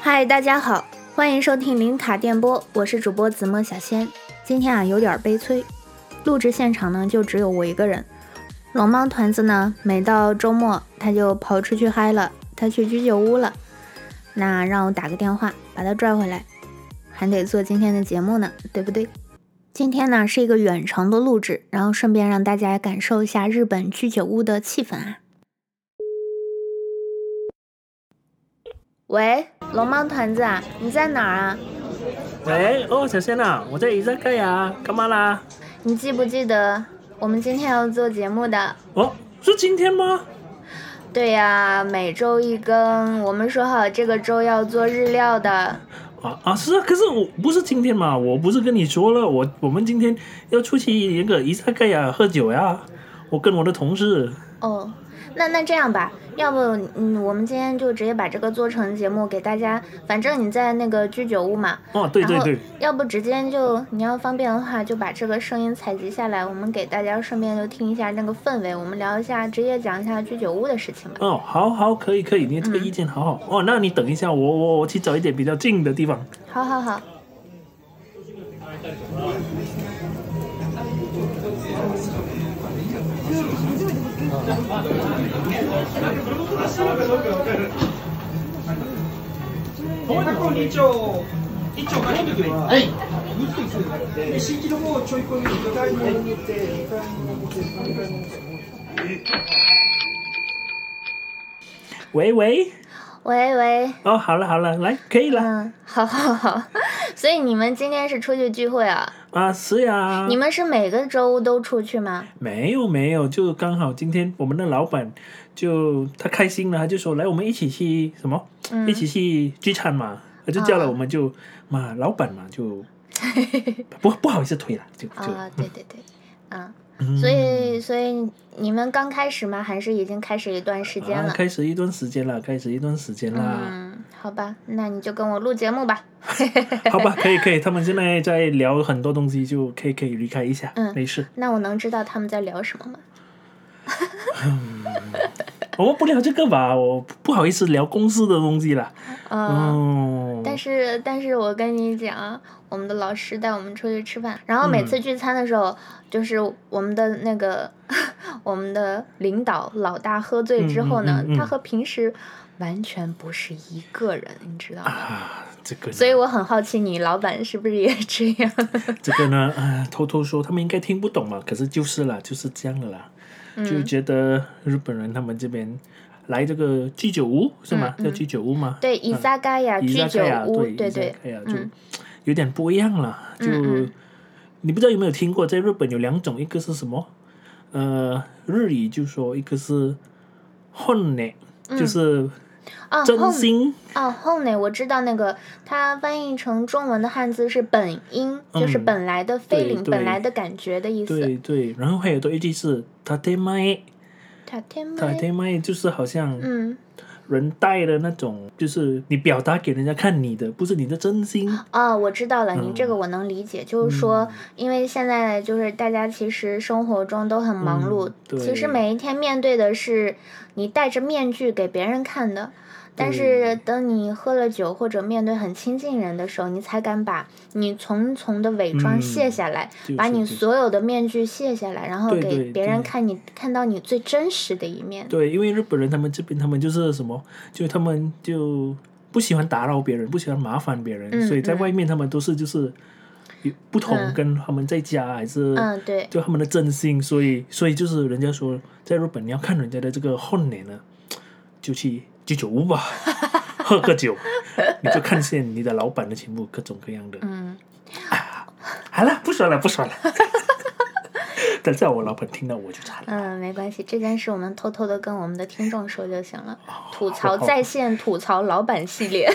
嗨，大家好，欢迎收听零卡电波，我是主播子墨小仙。今天啊有点悲催，录制现场呢就只有我一个人。龙猫团子呢，每到周末他就跑出去嗨了，他去居酒屋了。那让我打个电话把他拽回来，还得做今天的节目呢，对不对？今天呢是一个远程的录制，然后顺便让大家感受一下日本居酒屋的气氛啊。喂，龙猫团子啊，你在哪儿啊？喂，哦，小仙呐，我在伊扎盖亚，干嘛啦？你记不记得我们今天要做节目的？哦，是今天吗？对呀、每周一更，我们说好这个周要做日料的。啊啊，是啊，可是我不是今天嘛，我不是跟你说了，我我们今天要出去那个伊扎盖亚喝酒呀，我跟我的同事。哦，那那这样吧，要不嗯，我们今天就直接把这个做成节目给大家。反正你在那个居酒屋嘛，哦，对对对然，后要不直接就你要方便的话，就把这个声音采集下来，我们给大家顺便就听一下那个氛围，我们聊一下，直接讲一下居酒屋的事情吧。哦，好好，可以可以，你这个意见好好。哦，那你等一下，我我我去找一点比较近的地方。好好好。こに一丁一丁が2は、はい、で新規の方をちょい込んで土台に持って2階に持って3階に持って。喂喂，喂喂，哦，好了好了，来，可以了。嗯，好好好。所以你们今天是出去聚会啊？啊，是呀。你们是每个周都出去 吗？没有没有，就刚好今天我们的老板就他开心了，他就说来我们一起去什么，嗯一起去聚餐嘛，他就叫了我们就嘛老板嘛就不不好意思推了，就就、啊，对对对，嗯，嗯所以所以你们刚开始吗？还是已经开始一段时间啊了？开始一段时间了，开始一段时间啦，嗯，好吧，那你就跟我录节目吧。 好吧，可以可以，他们现在在聊很多东西，就可以可以离开一下，嗯没事，那我能知道他们在聊什么吗？我们不聊这个吧，我不好意思聊公司的东西啦，嗯。哦，但是，但是我跟你讲，我们的老师带我们出去吃饭，然后每次嗯聚餐的时候，就是我们的那个 我们的领导老大喝醉之后呢，嗯嗯嗯嗯他和平时完全不是一个人，你知道吗？啊，这个呢所以我很好奇，你老板是不是也这样？ 这个呢，啊，偷偷说，他们应该听不懂嘛，可是就是啦，就是这样的啦，就嗯，觉得日本人他们这边来这个居酒屋是吗？嗯嗯叫居酒屋吗？对，伊萨嘎呀，伊居扎酒盖亚，屋，对对伊对扎，盖亚就嗯有点不一样啦，就嗯嗯你不知道有没有听过，在日本有两种，一个是什么？呃，日语就说一个是 h o n e 就是啊，真后心，嗯啊后呢，我知道那个，它翻译成中文的汉字是本音，就是嗯本来的 feeling，对本来的感觉的意思。对对，然后还有多一句是 tatemae，塔天麦， tatemae 就是好像嗯，人带的那种，就是你表达给人家看你的，不是你的真心。哦，我知道了，你这嗯个我能理解，就是说，因为现在就是大家其实生活中都很忙碌嗯，对其实每一天面对的是你戴着面具给别人看的，但对是等你喝了酒或者面对很亲近人的时候，你才敢把你重重的伪装嗯卸下来，就是把你这所有的面具卸下来，然后对给对别人对看你看到你最真实的一面。对，因为日本人他们这边他们就是什么，就他们就不喜欢打扰别人，不喜欢麻烦别人，嗯所以在嗯外面他们都是就是有不同嗯跟他们在家还是嗯，对，就他们的真心，所以所以就是人家说在日本你要看人家的这个混脸呢，就去居酒屋吧， 喝个酒，你就看见你的老板的全部各种各样的。嗯。好了，不说了，不说了。 等下我老板听到我就惨了。嗯，没关系，这件事我们偷偷的跟我们的听众说就行了。吐好槽好在线吐槽老板系列。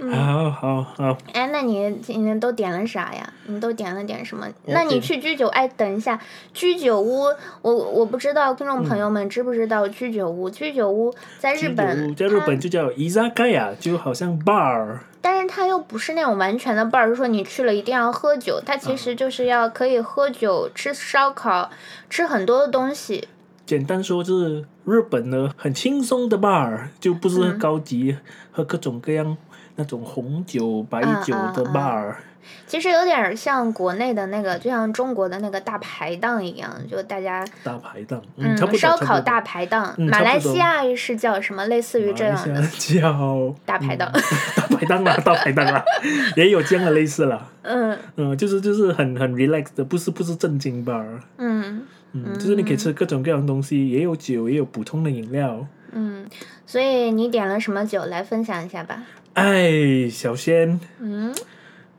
嗯好好好，哎，那你你都点了啥呀？你都点了点什么？我那你点去居酒哎，等一下，居酒屋，我我不知道听众朋友们知不知道居酒屋？居酒屋在日嗯居酒本嗯屋，在日它本就叫伊扎盖亚，就好像 bar。但是它又不是那种完全的伴儿，说你去了一定要喝酒，它啊其实就是要可以喝酒、吃烧烤、吃很多的东西。简单说就是日本呢很轻松的 bar，就不是高级，喝各种各样那种红酒、白酒的嗯嗯嗯 bar，、其实有点像国内的那个，就像中国的那个大排档一样，就大家大排档，嗯差不多，烧差不烤多大排档，嗯马来差不多西亚是叫什么？类似于这样马的来西亚叫大排档嗯 大排档啦，大排档 啦，也有这样的类似啦，嗯嗯，就是就是很很 relax 的，不是不是正经 bar，嗯嗯，就是你可以吃各种各样的东西，也有酒，也有普通的饮料。嗯，所以你点了什么酒来分享一下吧？哎，小仙，嗯，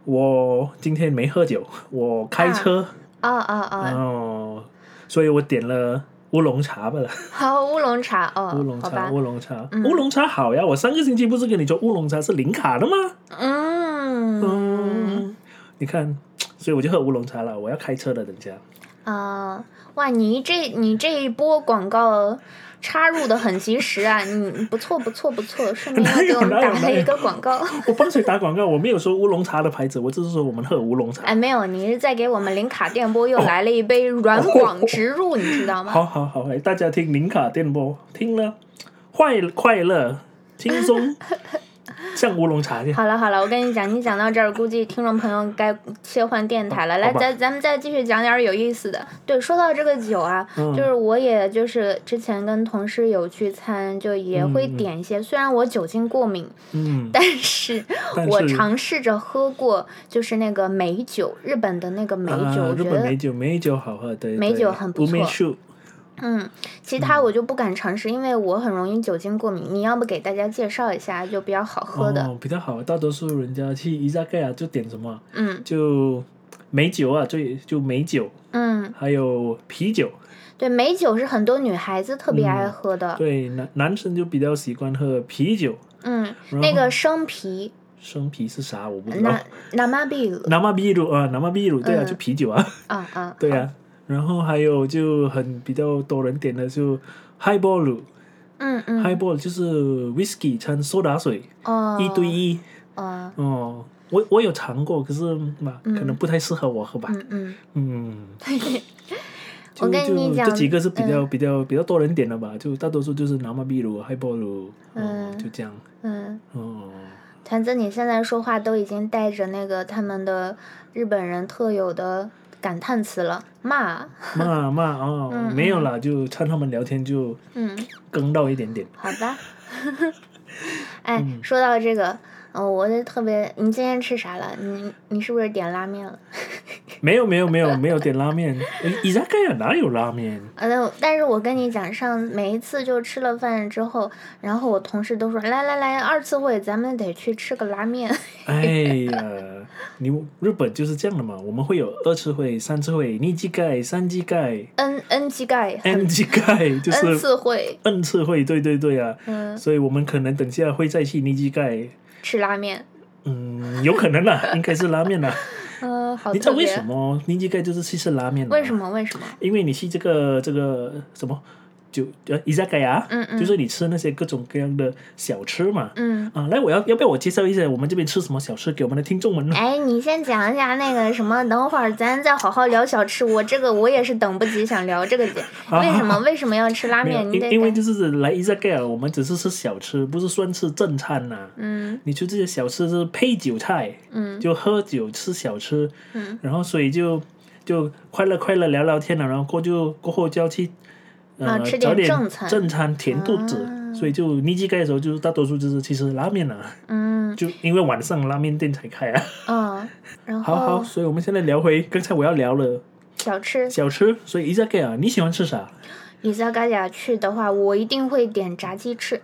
我今天没喝酒，我开车，哦哦然哦，后，所以我点了乌龙茶吧了，好乌龙茶哦乌龙，好茶，吧，乌龙茶，嗯乌龙茶好呀！我上个星期不是跟你说乌龙茶是零卡的吗？嗯嗯，你看，所以我就喝乌龙茶了。我要开车了，等一下。啊，哇，你这你这一波广告。插入的很及时啊，你不错不错不错，顺便哪又给有我们哪有打哪了有一个广告。我帮谁打广告？我没有说乌龙茶的牌子，我只是说我们喝乌龙茶。哎，没有，你是在给我们林卡电波又来了一杯软广植入，你知道 吗？好好好，哎，大家听林卡电波，听了快快乐、轻 松，像乌龙茶一样。好了好了，我跟你讲，你讲到这儿，估计听众朋友该切换电台了。好来，吧咱咱们再继续讲点儿有意思的。对，说到这个酒啊，嗯就是我也就是之前跟同事有聚餐，就也会嗯嗯点一些，虽然我酒精过敏，嗯，但是但我是尝试着喝过，就是那个美酒，日本的那个美酒，啊我日觉本得美酒，美酒好喝，对，美对酒很不错乌梅树，嗯，其他我就不敢尝试，因为我很容易酒精过敏。你要不给大家介绍一下，就比较好喝的。哦，比较好。大多数人家去伊扎盖亚就点什么，嗯就美酒啊，最就美酒，嗯，还有啤酒。对，美酒是很多女孩子特别爱嗯喝的。对，男男生就比较习惯喝啤酒。嗯，然那后个生啤，生啤是啥？我不知道。那那马比鲁生啤酒啊，生啤酒，对啊，嗯就啤酒啊。啊啊，对呀、然后还有就很比较多人点的就 highball，highball、嗯嗯， highball 就是 whisky 掺苏打水，哦，一对一哦，哦。我我有尝过，可是嘛，可能不太适合我喝吧。嗯嗯， 嗯，我就跟你就讲嗯这几个是比较、比较比较多人点的吧，就大多数就是南马秘鲁、海波鲁，哦，嗯就这样，嗯，哦，团子，你现在说话都已经带着那个他们的日本人特有的感叹词了，骂，嘛嘛哦， 嗯没有啦，就趁他们聊天就嗯。更到一点点。好 吧。哎，说到这个，嗯、我就特别，你今天吃啥了？你你是不是点拉面了？没有没有没有没有点拉面，伊扎盖亚哪有拉面？啊，但但是我跟你讲，上每一次就吃了饭之后，然后我同事都说，来来来，二次会咱们得去吃个拉面。 哎呀，你日本就是这样的嘛，我们会有二次会、三次会、二次会、三次会、 N N 膝盖 N 次 会，就，N 是次会， N 次会，对对对啊，嗯，所以我们可能等下会再去二次会，吃拉面。嗯，有可能啦， 应该是拉面啦。啊嗯、好你知道特为别。什么二次会就是去吃拉面？啊为什？么？为什么？因为你去这个这个什么酒呃伊扎盖亚，嗯嗯就是你吃那些各种各样的小吃嘛。嗯，啊，来，我要要不要我介绍一下我们这边吃什么小吃给我们的听众们 呢？哎，你先讲一下那个什么，等会儿咱再好好聊小吃。我这个我也是等不及想聊这个节， 好为好什么为什么要吃拉没有面？你啊得因因为赶就是来伊扎盖尔，我们只是吃小吃，不是算吃正餐呐、嗯你吃这些小吃是配酒菜，嗯就喝酒吃小吃，嗯然后所以就就快乐快乐聊聊天了，然后过就过后就要去。呃，啊吃点找点正餐正餐填肚子，啊所以就你去盖的时候，就是大多数就是其实拉面啊，嗯就因为晚上拉面店才开啊。嗯，然 好好，后所以我们现在聊回刚才我要聊了小吃小吃，所以伊扎盖啊，你喜欢吃啥？伊萨嘎雅去的话，我一定会点炸鸡翅，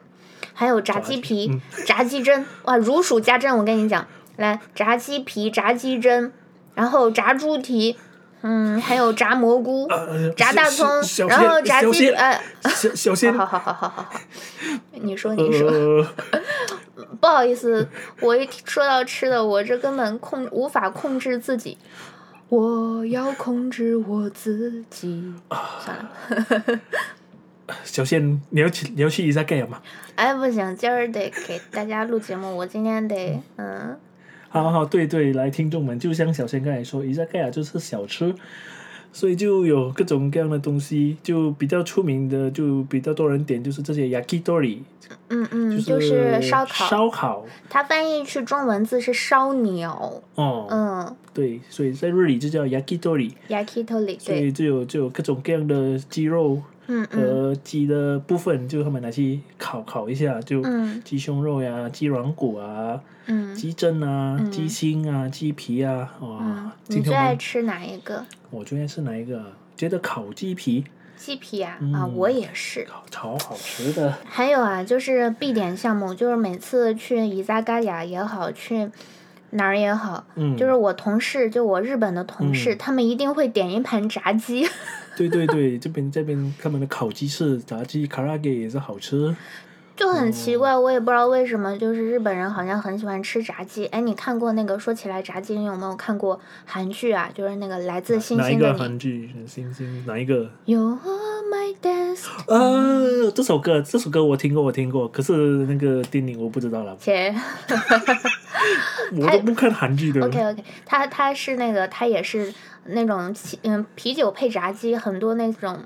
还有炸鸡皮、嗯炸鸡胗，哇，如数家珍。我跟你讲，来炸鸡皮、炸鸡胗，然后炸猪蹄，嗯，还有炸蘑菇、呃炸大葱小小，然后炸小鸡鲜 呃。小小鲜好好好好 好好，你说你说，呃， 不好意思，我一提说到吃的，我这根本控无法控制自己。我要控制我自己。啊算了， 小仙，你要去你要去伊扎盖亚吗？哎，不行，今儿得给大家录节目，我今天得嗯啊好好，对对，来，听众们，就像小仙刚才说，伊扎盖亚就是小吃，所以就有各种各样的东西，就比较出名的，就比较多人点，就是这些 yakitori，嗯嗯，就就是烧烤，烧烤它翻译是中文字是烧鸟，哦，嗯对，所以在日语就叫 yakitori， ，yakitori，所对，以就有就有各种各样的鸡肉嗯嗯和鸡的部分，就他们拿去烤烤一下，就嗯鸡胸肉呀、鸡软骨啊、嗯鸡胗啊、嗯鸡心啊、鸡皮啊，哇！嗯，你今天最我爱们吃哪一个？我觉得是哪一个啊？觉得烤鸡皮鸡皮啊啊，嗯我也是。烤超好吃的，还有啊，就是必点项目，就是每次去伊扎嘎雅也好，去哪儿也好，嗯，就是我同事，就我日本的同事，嗯他们一定会点一盘炸鸡。 对对对， 这边这边他们的烤鸡翅、炸鸡、卡拉给也是好吃。就很奇怪，哦我也不知道为什么，就是日本人好像很喜欢吃炸鸡。哎，你看过那个？说起来炸鸡，你有没有看过韩剧啊？就是那个来自星哪一星个的韩你。剧？星星哪一个？ You are my destiny。 呃，这首歌这首歌我听过，我听过，可是那个电影我不知道了，且我都不看韩剧的。哎啊 OK OK，他他是那个，他也是那种起嗯啤酒配炸鸡，很多那种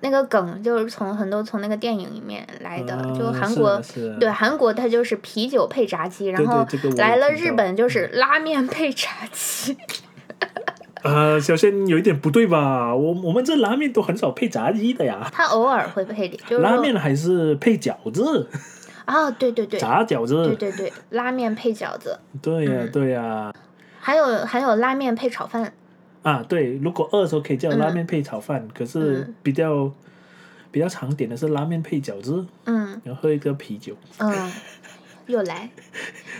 那个梗就是从很多从那个电影里面来的，啊就韩是国啊是啊对韩国它就是啤酒配炸鸡，然对后这个我也来了听嗯日到本就是拉面配炸鸡，呃，小仙有一点不对吧？我我们这拉面都很少配炸鸡的呀，他偶尔会配点，就是拉说面还是配饺子，啊，对对对，炸对饺子。对对，拉面配饺子，对呀嗯对呀，还有还有拉面配炒饭，啊对，如果饿的时候可以叫拉面配炒饭，可是嗯比较比较常点的是拉面配饺子，嗯然后喝一个啤酒。 嗯，又来，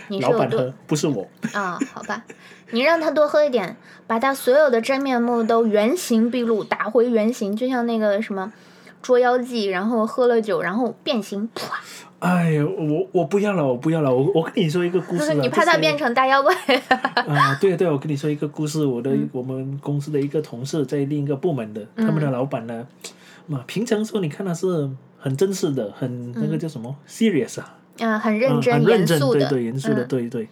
你是老有板多喝，不是我。啊、好吧，你让他多喝一点，把他所有的真面目都原形毕露，打回原形，就像那个什么《捉妖记》，然后喝了酒，然后变形，啪！哎呀，我我不要了，我不要了。我我跟你说一个故事啊。 你怕他变成成大妖怪？ 啊、对啊对啊，我跟你说一个故事。我的、嗯我们公司的一个同事在另一个部门的，他嗯们的老板呢，嘛，平常说你看他是很正式的，很那个叫什么、serious 啊，嗯，很认嗯，真、很认严真，肃对的，对，严肃的，嗯、对对。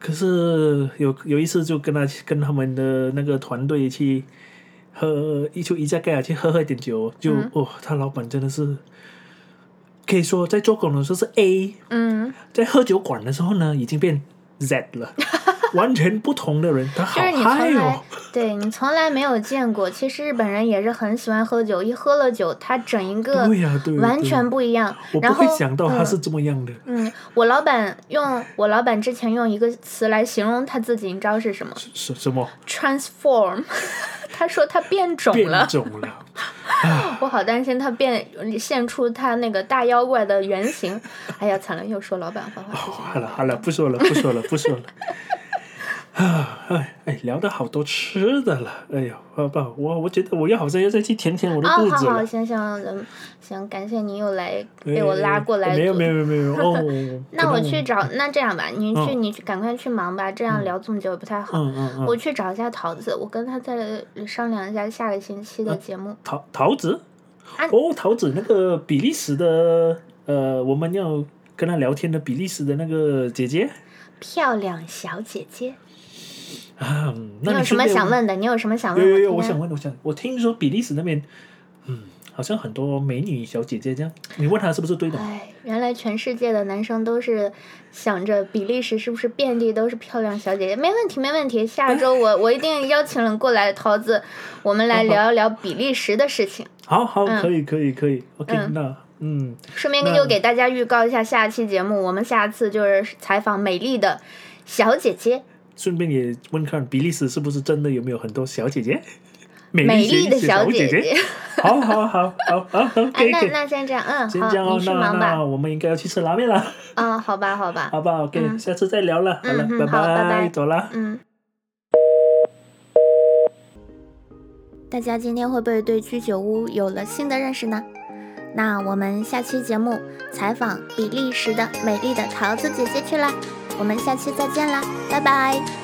可是有有一次就跟他跟他们的那个团队去喝一出一家盖亚去喝喝一点酒，就、嗯哦，他老板真的是可以说在做工的时候是 A，嗯，在喝酒馆的时候呢已经变 Z 了， 完全不同的人，他好就是你从嗨来、哦，对你从来没有见过。其实日本人也是很喜欢喝酒，一喝了酒，他整一个对呀、对，完对全不一样。我然不后会想到他嗯是这么样的，嗯，我老板用我老板之前用一个词来形容他自己，你知道是什么？什、什么 transform，他 说他变种变了，种了，我好担心他变现出他那个大妖怪的原 型。哎呀，惨了，又说老板坏话。好了好了，不说了不说了不说了。啊，哎哎，聊到好多吃的了，哎呀，好吧，我我觉得我要好像要再去填填我的啊、肚好子了。好，行行嗯行，感谢你又来哎被我拉过来。。没有没有没有没有哦 那我可能去找，那这样吧，你去、嗯你去赶快去忙吧，这样聊这么久也不太好。嗯嗯嗯，我去找一下桃子，我跟他再商量一下下个星期啊的节目。桃桃子啊，哦，桃子那个比利时的呃，我们要跟他聊天的比利时的那个姐姐漂亮小姐姐，啊，嗯那你有什顺么便想？问的？你有什么想有问？有有，我听想听问，我想我听说比利时那边，嗯，好像很多美女小姐姐这样，你问她是不是对的？哎，原来全世界的男生都是想着比利时是不是遍地都是漂亮小姐姐？没问题，没问 题。下周我我一定邀请了过来桃子，我们来聊一聊比利时的事情。好好，嗯可以可以可以，OK，嗯那嗯，顺便那就给大家预告一下下期节目，我们下次就是采访美丽的小姐姐，顺便也问看比利时是不是真的有没有很多小姐姐，美美丽丽的小姐姐。 好好好好好好，可哎， 以那可以，那先这样，嗯，先好，这样哦你，去那忙吧那。我们应该要去吃拉面了。嗯，好吧，好吧，好吧，OK，、嗯下次再聊了。好了，嗯嗯拜好拜拜走了。嗯。大家今天会不会对居酒屋有了新的认识呢？那我们下期节目采访比利时的美丽的桃子姐姐去啦，我们下期再见啦，拜拜。